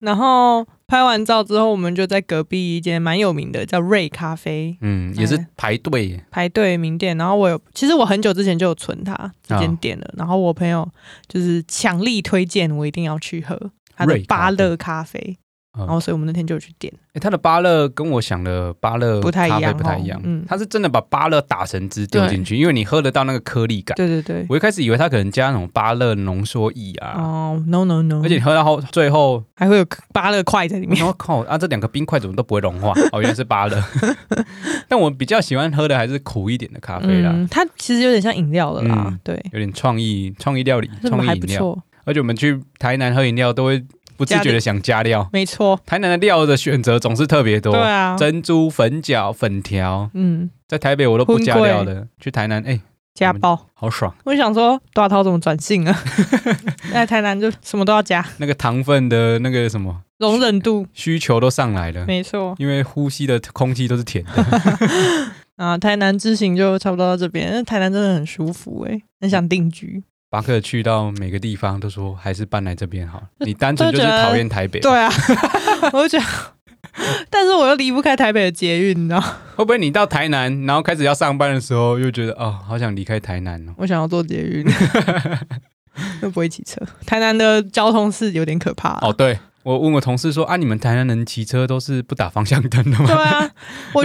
然后拍完照之后，我们就在隔壁一间蛮有名的叫瑞咖啡嗯，也哎是排队耶，排队名店。然后我有，其实我很久之前就有存啊它这间店了。然后我朋友就是强力推荐我一定要去喝它的瑞咖啡巴乐咖啡。嗯然后，所以我们那天就有去点，哎、他的芭乐跟我想的芭乐不太一样咖啡不太一样哦，嗯他是真的把芭乐打成汁丢进去，因为你喝得到那个颗粒感。对对对，我一开始以为他可能加那种芭乐浓缩液啊，哦，no no no，而且你喝到后最后，还会有巴乐块在里面，然后靠啊，这两个冰块怎么都不会融化？哦，原来是芭乐。 <laughs> 但我比较喜欢喝的还是苦一点的咖啡啦，嗯，它其实有点像饮料了啦，嗯对，有点创意创意料理、这创种还意不饮料。错，而且我们去台南喝饮料都会不自觉的想加料，没错，台南的料的选择总是特别多，对啊，珍珠、粉饺、粉条，嗯，在台北我都不加料的，去台南哎、家暴。好爽，我就想说，大涛怎么转 <laughs> 性啊？在台南就什么都要加，那个糖分的那个什么容忍度需求都上来了，没错。因为呼吸的空气都是甜 <laughs> 的。啊，台南之行就差不多到这边。台南真的很舒服诶、很想定居。巴克去到每个地方都说还是搬来这边 <laughs> 好，你单纯都就是觉得讨厌台北， <laughs> 对啊，我就觉得，但是我又离不开台北的捷运，你知道吗？会不会你到台南，然后开始要上班的时候，又觉得哦，好想离开台南哦？我想要坐 <laughs> 捷运，又不会骑车。台南的交通是有点可怕、哦，对我问我同事说啊，你们台南人骑车都是不打方向灯的对吗？啊，我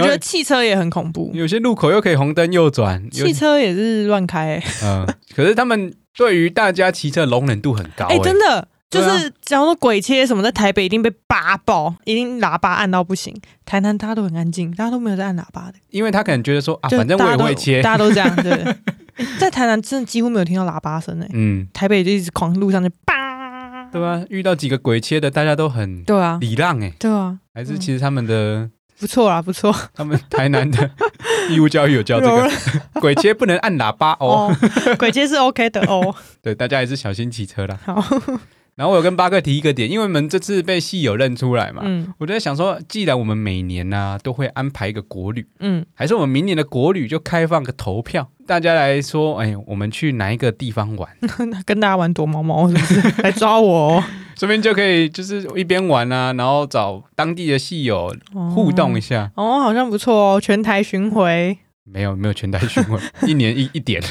<laughs> 觉得汽车也很恐怖，有些路口又可以红灯右转，有汽车也是乱开欸诶、嗯，可是他们对于大家骑车的容忍度很高、哎、欸，真的。就对啊是，假如说鬼切什么，在台北一定被扒爆，一定喇叭按到不行。台南大家都很安静，大家都没有在按喇叭的。哎因为他可能觉得说啊，就反正我也会切， <laughs> 大家都大家都这样。对， <laughs> 欸在台南真的几乎没有听到喇叭声诶、嗯，台北就一直狂路上就叭。对啊，遇到几个鬼切的，大家都很对啊，礼让哎、对啊，还是其实他们的、不错啦，不错。他们台南的 <laughs> 义务教育有教这柔个软鬼切不能按喇叭哦，哦，鬼切是 OK 的 <laughs> 哦。对，大家还是小心骑车啦。好， <laughs> 然后我有跟巴克提一个点，因为我们这次被戏友认出来嘛，嗯我就在想说，既然我们每年呢、都会安排一个国旅，嗯， <laughs> 还是我们明年的国旅就开放个投票，大家来说，哎，我们去哪一个地方玩，嗯跟大家玩躲猫猫是不是？来抓我哦顺便就可以就是一边玩啊，然后找当地的戏友哦， <laughs> 互动一下。哦，好像不错哦。全台巡回没有没有全台巡回， <laughs> 一年一一点，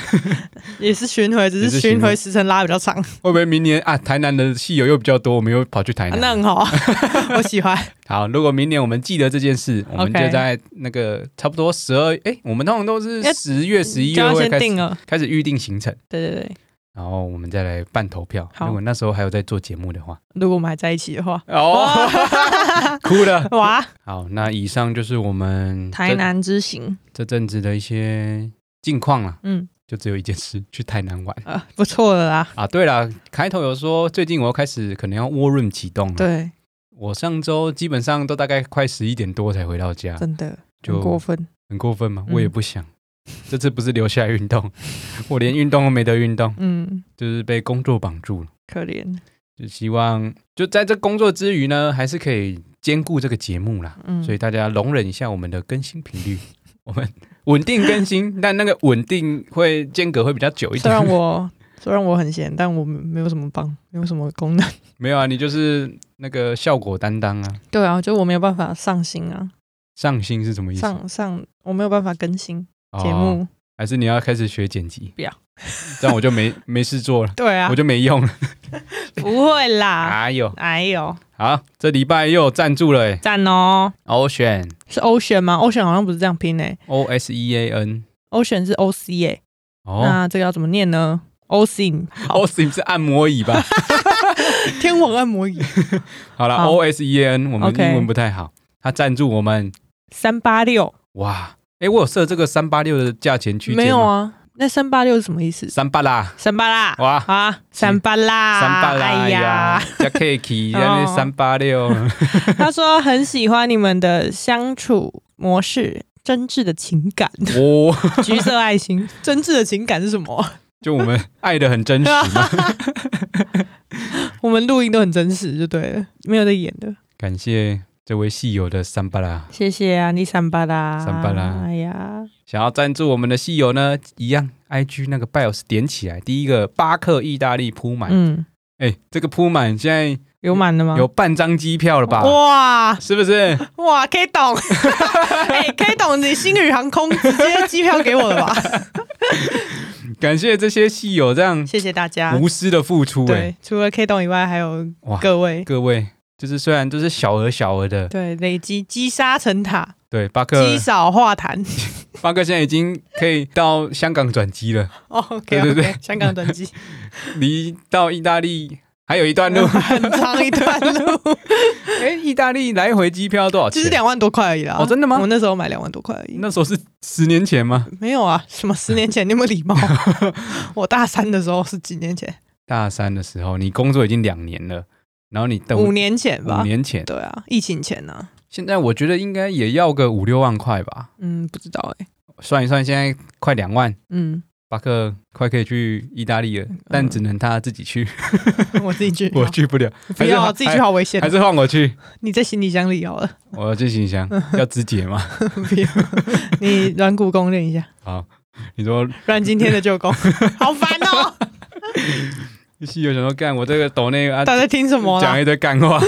也是巡回，只也是是巡回巡回时程拉比较长，啊会不会明年啊台南的戏友又比较多，我们又跑去台南？那很好啊， <laughs> 我 <laughs> 喜欢。哎好，如果明年我们记得这件事，我们就 OK 在那个差不多十二，哎，我们通常都是要十月、十一就月要会开先始定了，开始预定行程，对对对。然后我们再来办投票。好如果那时候还有在做节目的话，如果我们还在一起的话，哦， <laughs> 哭了。哇，好，那以上就是我们台南之行，这这阵子的一些近况了，嗯，就只有一件事，去台南玩呃，不错了啦。啊。对了，开头有说最近我又开始可能要窝润启动了。对，我上周基本上都大概快十一点多才回到家，真的就很过分。很过分吗？嗯我也不想，这次不是留下来运动， <laughs> 我连运动都没得运动，嗯，就是被工作绑住了。可怜。就希望就在这工作之余呢，还是可以兼顾这个节目啦。嗯，所以大家容忍一下我们的更新频率， <laughs> 我们稳定更新，但那个稳定会间隔会比较久一虽然点。我 <laughs> 虽然我很闲，但我没有什么帮，没有什么功能。没有啊，你就是那个效果担当啊。 <laughs> 对啊，就我没有办法上新啊，上新是什么意思？上上我没有办法更新哦节目。还是你要开始学剪辑？不要，这样我就没没事做了， <laughs> 对啊我，就没用了。不会啦，哎呦，哎呦，好，这礼拜又有赞助了欸赞哦！ ，Ocean 是 Ocean 吗？Ocean 好像不是这样拼诶、 O S E A N o c e a n 是 O C 诶、哦那这个要怎么念呢？Ocean， ，Ocean 是按摩椅吧？ <laughs> 天王按摩椅，好了好，O S E A N 我们 OK 英文不太好，他赞助我们，三八六哇，哎，我有设这个三八六的价钱区间吗没有，啊？那三八六是什么意思？三八啦，三八啦，哇。啊，三八啦，三八啦哎呀，，加 cake 在那哦三八六， <laughs> 哦他说很喜欢你们的相处模式。真挚的情 <laughs> 感，哦，橘色爱心。真挚的情感是什么？就我们爱的很真实嘛。 <laughs> 我们录音都很真实，就对了，没有在演的。感谢这位戏友的三八啦，谢谢啊，你三八啦，三八啦哎呀，想要赞助我们的戏友呢，一样 IG 那个 bios 点起来，第一个巴克意大利铺满，哎、嗯，这个铺满现在有满了吗？有半张机票了吧？哇是不是？ <laughs> 哇，K 懂，哎、k 懂，你星宇航空直接机票给我了吧？感谢这些戏友这样谢谢大家。无私的付出、哎，啊对，除了 K 懂以外，还有哇各位，各位，就是虽然都是小额小额的，对，累积积沙成塔，对，巴克积少化痰。巴克现在已经可以到香港转机了， <laughs> 哦，OK，对对 o k 香港转 <laughs> 机离到意大利还有一段 <laughs> 路。很长一段路，哎、意大利来回机票多少就钱？是两万多块而已啦。哦真的吗我那时候买两万多块而已。那时候是十年前吗？没有啊，什么十年前那么 <laughs> 礼貌？我大三的时候是几年前？大三的时候，你工作已经两年了，然后你等五年前吧哎五。年前，对啊，疫情前呢、现在我觉得应该也要个五六万块吧，嗯，不知道哎、算一算，现在快两万，嗯，巴克快可以去意大利了，但只能他自己去，，我自己去我去不了，不要啊啊自己去还好危险还，是换我 <laughs> 去，你在行李箱里好了， <laughs> 我要去行李箱，要肢解嘛。不要，你软骨功练一下，好，你说软今天的旧 <laughs> 功，好烦哦！西游想说干我这个抖内啊，大家在听什么讲啦？一堆干话，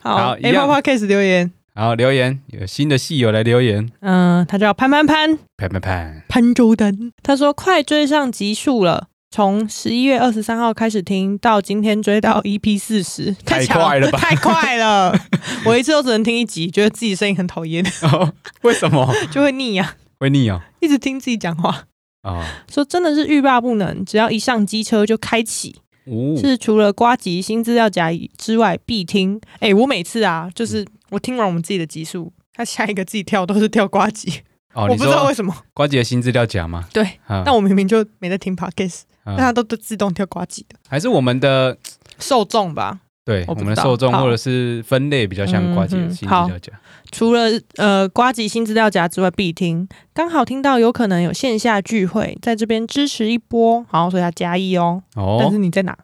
好好一样，Apple Podcast 留言，然后留言有新的戏友来留言，嗯，他叫潘潘潘啪啪啪， <laughs> 潘周丹，他说快追上集数了。从十一月二十三号开始听到今天追到 EP 四十，太强快了吧 <laughs> 太快了！我一次都只能听一集，觉得自己声音很讨厌， <laughs> 哦为什么就会腻啊，会腻哦？一直听自己讲话。哦，说真的是欲罢不能，只要一上机车就开启，哦是除了瓜吉新资料夹之外必听。哎、我每次啊，嗯就是我听完我们自己的集数，他下一个自己跳都是跳瓜吉，哦，我你不知道说为 <laughs> 什么。瓜姐的新资料夹吗？对，啊但我明明就没在听 podcast，、啊但他都都自动跳瓜吉的还是我们的受众吧。对我我不知道们的受众好嗯或者是分类比较像瓜姐的新资料夹，除了呃瓜吉新资料夹之外必听，刚好听到有可能有线下聚会，在这边支持一波，好，所以他加一哦。但哦是，你在哪？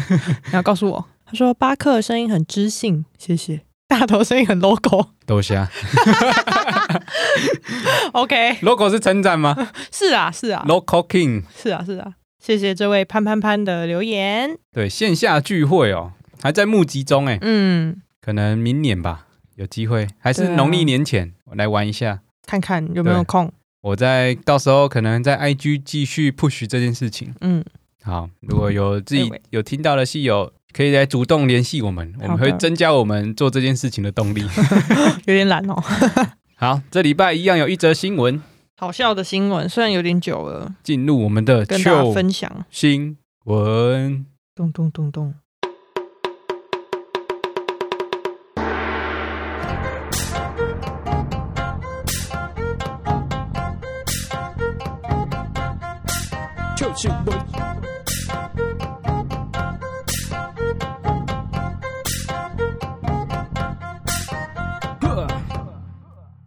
<laughs> 你要告诉我。他说巴克的声音很知性，谢谢。大头声音很 logo。豆虾 OK， logo 是称赞吗是啊，是啊， ？local king 是啊，是啊。谢谢这位潘潘潘的留言。对线下聚会哦，还在募集中哎，嗯，可能明年吧，有机会还是对啊农历年前我来玩一下。看看有没有对空。我在到时候可能在 IG 继续 push 这件事情。嗯，好，如果有自哎己喂有听到的戏友，可以来主动联系我们，我们好的会增加我们做这件事情的动力。有点懒哦。好，这礼拜一样有一则新闻好笑的新闻，虽然有点久了，进入我们的跟大家旧分享。新闻。咚咚咚咚。就是我。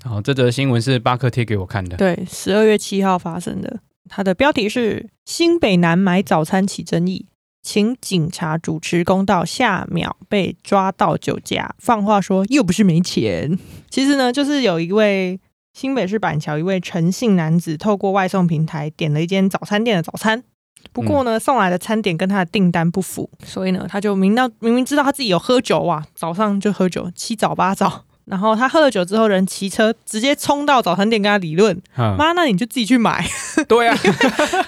好，这则新闻是巴克贴给我看的。对，十二月七号发生的。它的标题是“新北南买早餐起争议，请警察主持公道”，下秒被抓到酒驾，放话说又不是没钱。其实呢，就是有一位新北市板桥一位陈姓男子，透过外送平台点了一间早餐店的早餐，不过呢，送来的餐点跟他的订单不符，所以呢，他就明到明明知道他自己有喝酒哇，早上就喝酒，七早八早。然后他喝了酒之后，人骑车直接冲到早餐店跟他理论，嗯，妈，那你就自己去买， <laughs> 对啊，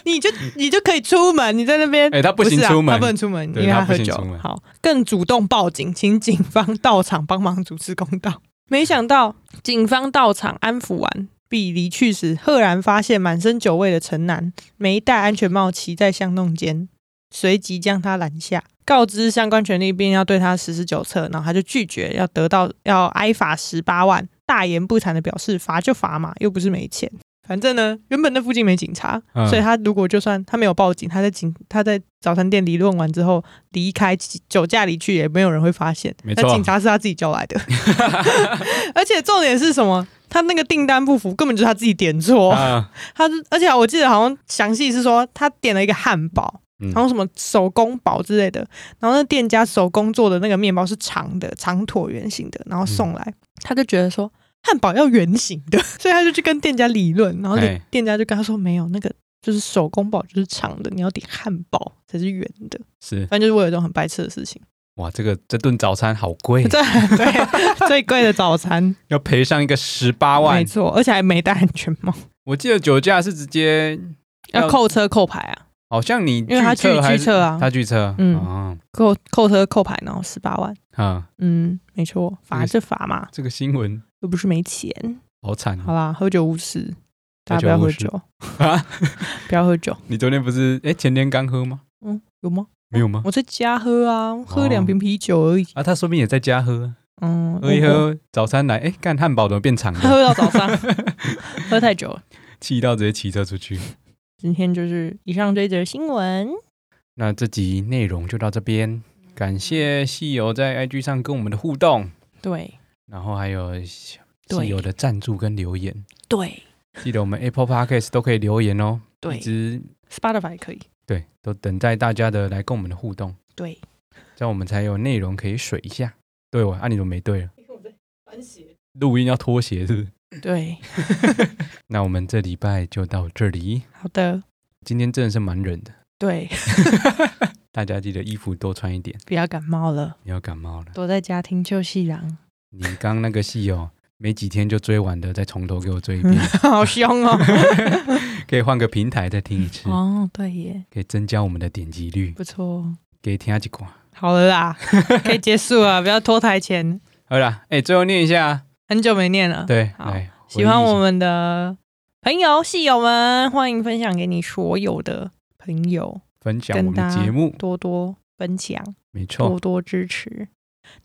你就你就可以出门，你在那边。哎，他不是行啊出门，他不能出门，因对为他不喝行酒出门。好，更主动报警，请警方到场帮忙主持公道。 <laughs> 没想到警方到场安抚完比离去时，赫然发现满身酒味的陈南没戴安全帽，骑在巷弄间，随即将他拦下，告知相关权利，并要对他实施酒测，然后他就拒绝，要得到要挨罚十八万，大言不惭的表示罚就罚嘛，又不是没钱。反正呢，原本那附近没警察，嗯所以他如果就算他没有报警，他在警他在早餐店理论完之后离开酒驾离去，也没有人会发现。没那错警察是他自己叫来的， <laughs> 而且重点是什么？他那个订单不符，根本就是他自己点错。啊，他是，而且我记得好像详细是说他点了一个汉堡，嗯然后什么手工堡之类的，然后那店家手工做的那个面包是长的，长椭圆形的，然后送来，嗯他就觉得说汉堡要圆形的，所以他就去跟店家理论，然后就哎店家就跟他说没有那个。就是手工堡就是长的，你要点汉堡才是圆的。是反正就是我有一种很白痴的事情，哇，这个这顿早餐好贵， <laughs> 这对最贵的早餐，要赔上一个十八万没。错，而且还没戴安全帽，我记得酒驾是直接要要扣车扣牌啊，好像你因为他拒车还拒是车啊他拒车，嗯嗯扣扣车扣牌，然后十八万。啊，嗯，没错，罚嗯是罚嘛，这个新闻又不是没钱。好惨好哦啦，喝酒误事，大家不喝酒要误喝事 <laughs> 酒，啊！ <laughs> 不要喝酒。你昨天不是哎前天刚喝吗？嗯，有吗？没有吗？我在家喝啊，喝两瓶啤酒而已。啊，他说不定也在家喝啊，嗯，喝一我，喝早餐来，哎，干汉堡怎么变长 <laughs> 喝 <laughs> 了？到早上，喝太久了。气到直接骑车出去。今天就是以上这一则新闻，那这集内容就到这边，感谢戏友在 IG 上跟我们的互动，对然后还有戏对友的赞助跟留言，对记得我们 Apple Podcast 都可以留言哦，一对直，Spotify 也可以，对都等待大家的来跟我们的互动，对，这样我们才有内容可以水一下。对我，啊，你怎么没对了？录音要脱鞋是不是？对，那我们这礼拜就到这里，好的，今天真的是蛮冷的， <laughs> 对，大家记得衣服多穿一点，不要感冒了，你要感冒了。躲在家听旧戏郎，你刚那个戏哦， <laughs> 没几天就追完的，再从头给我追一遍。 <laughs> 好凶哦。可以换个平台再听一次，哦，对耶，可以增加我们的点击率。不错，给听几款，好了 <laughs> 啦，可以结束了，不要拖台前。好啦，哎、最后念一下，很久没念了。，对，好来，喜欢回忆一下我们的朋友、戏友们，欢迎分享给你所有的朋友，分享我跟们的大家节目，多多分享，没错多，多支持。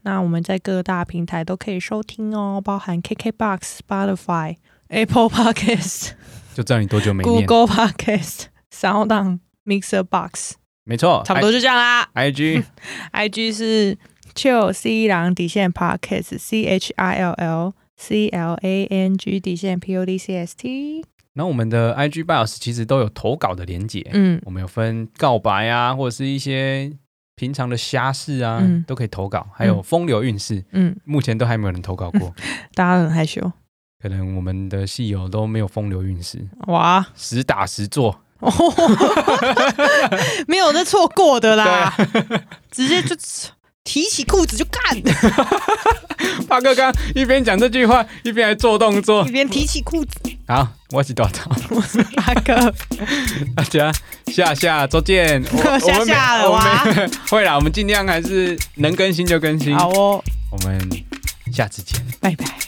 那我们在各大平台都可以收听哦，包含 KKBox、Spotify、Apple Podcast、就知道你多久没念， Google Podcast、Sound On、Mixer Box，没错，差不多就这嗯样啦。 I G IG 是 chill C 狼底线 Podcast C H I L L C L A N G 底线 P O D C S T。然后我们的 I G bios 其实都有投稿的连结，嗯，我们有分告白啊，或者是一些平常的瞎事啊，嗯都可以投稿，还有嗯风流韵事，嗯，目前都还没有人投稿过，大家都很害羞。可能我们的戏友都没有风流韵事，哇， <laughs> 实打实做，哦、没有那错过对的 <laughs> 啦啊，直接就 <laughs> 提起裤子就干，发哥刚一边讲这句话，一边还做动作一。边提起裤子。好，我是短头， <laughs> 我是八 <laughs> 哥，大家下下周 <laughs> 见。我下下了我哇们没我 <laughs> 们会啦，我们尽量还是能更新就更新。好哦，我们下次见。拜拜。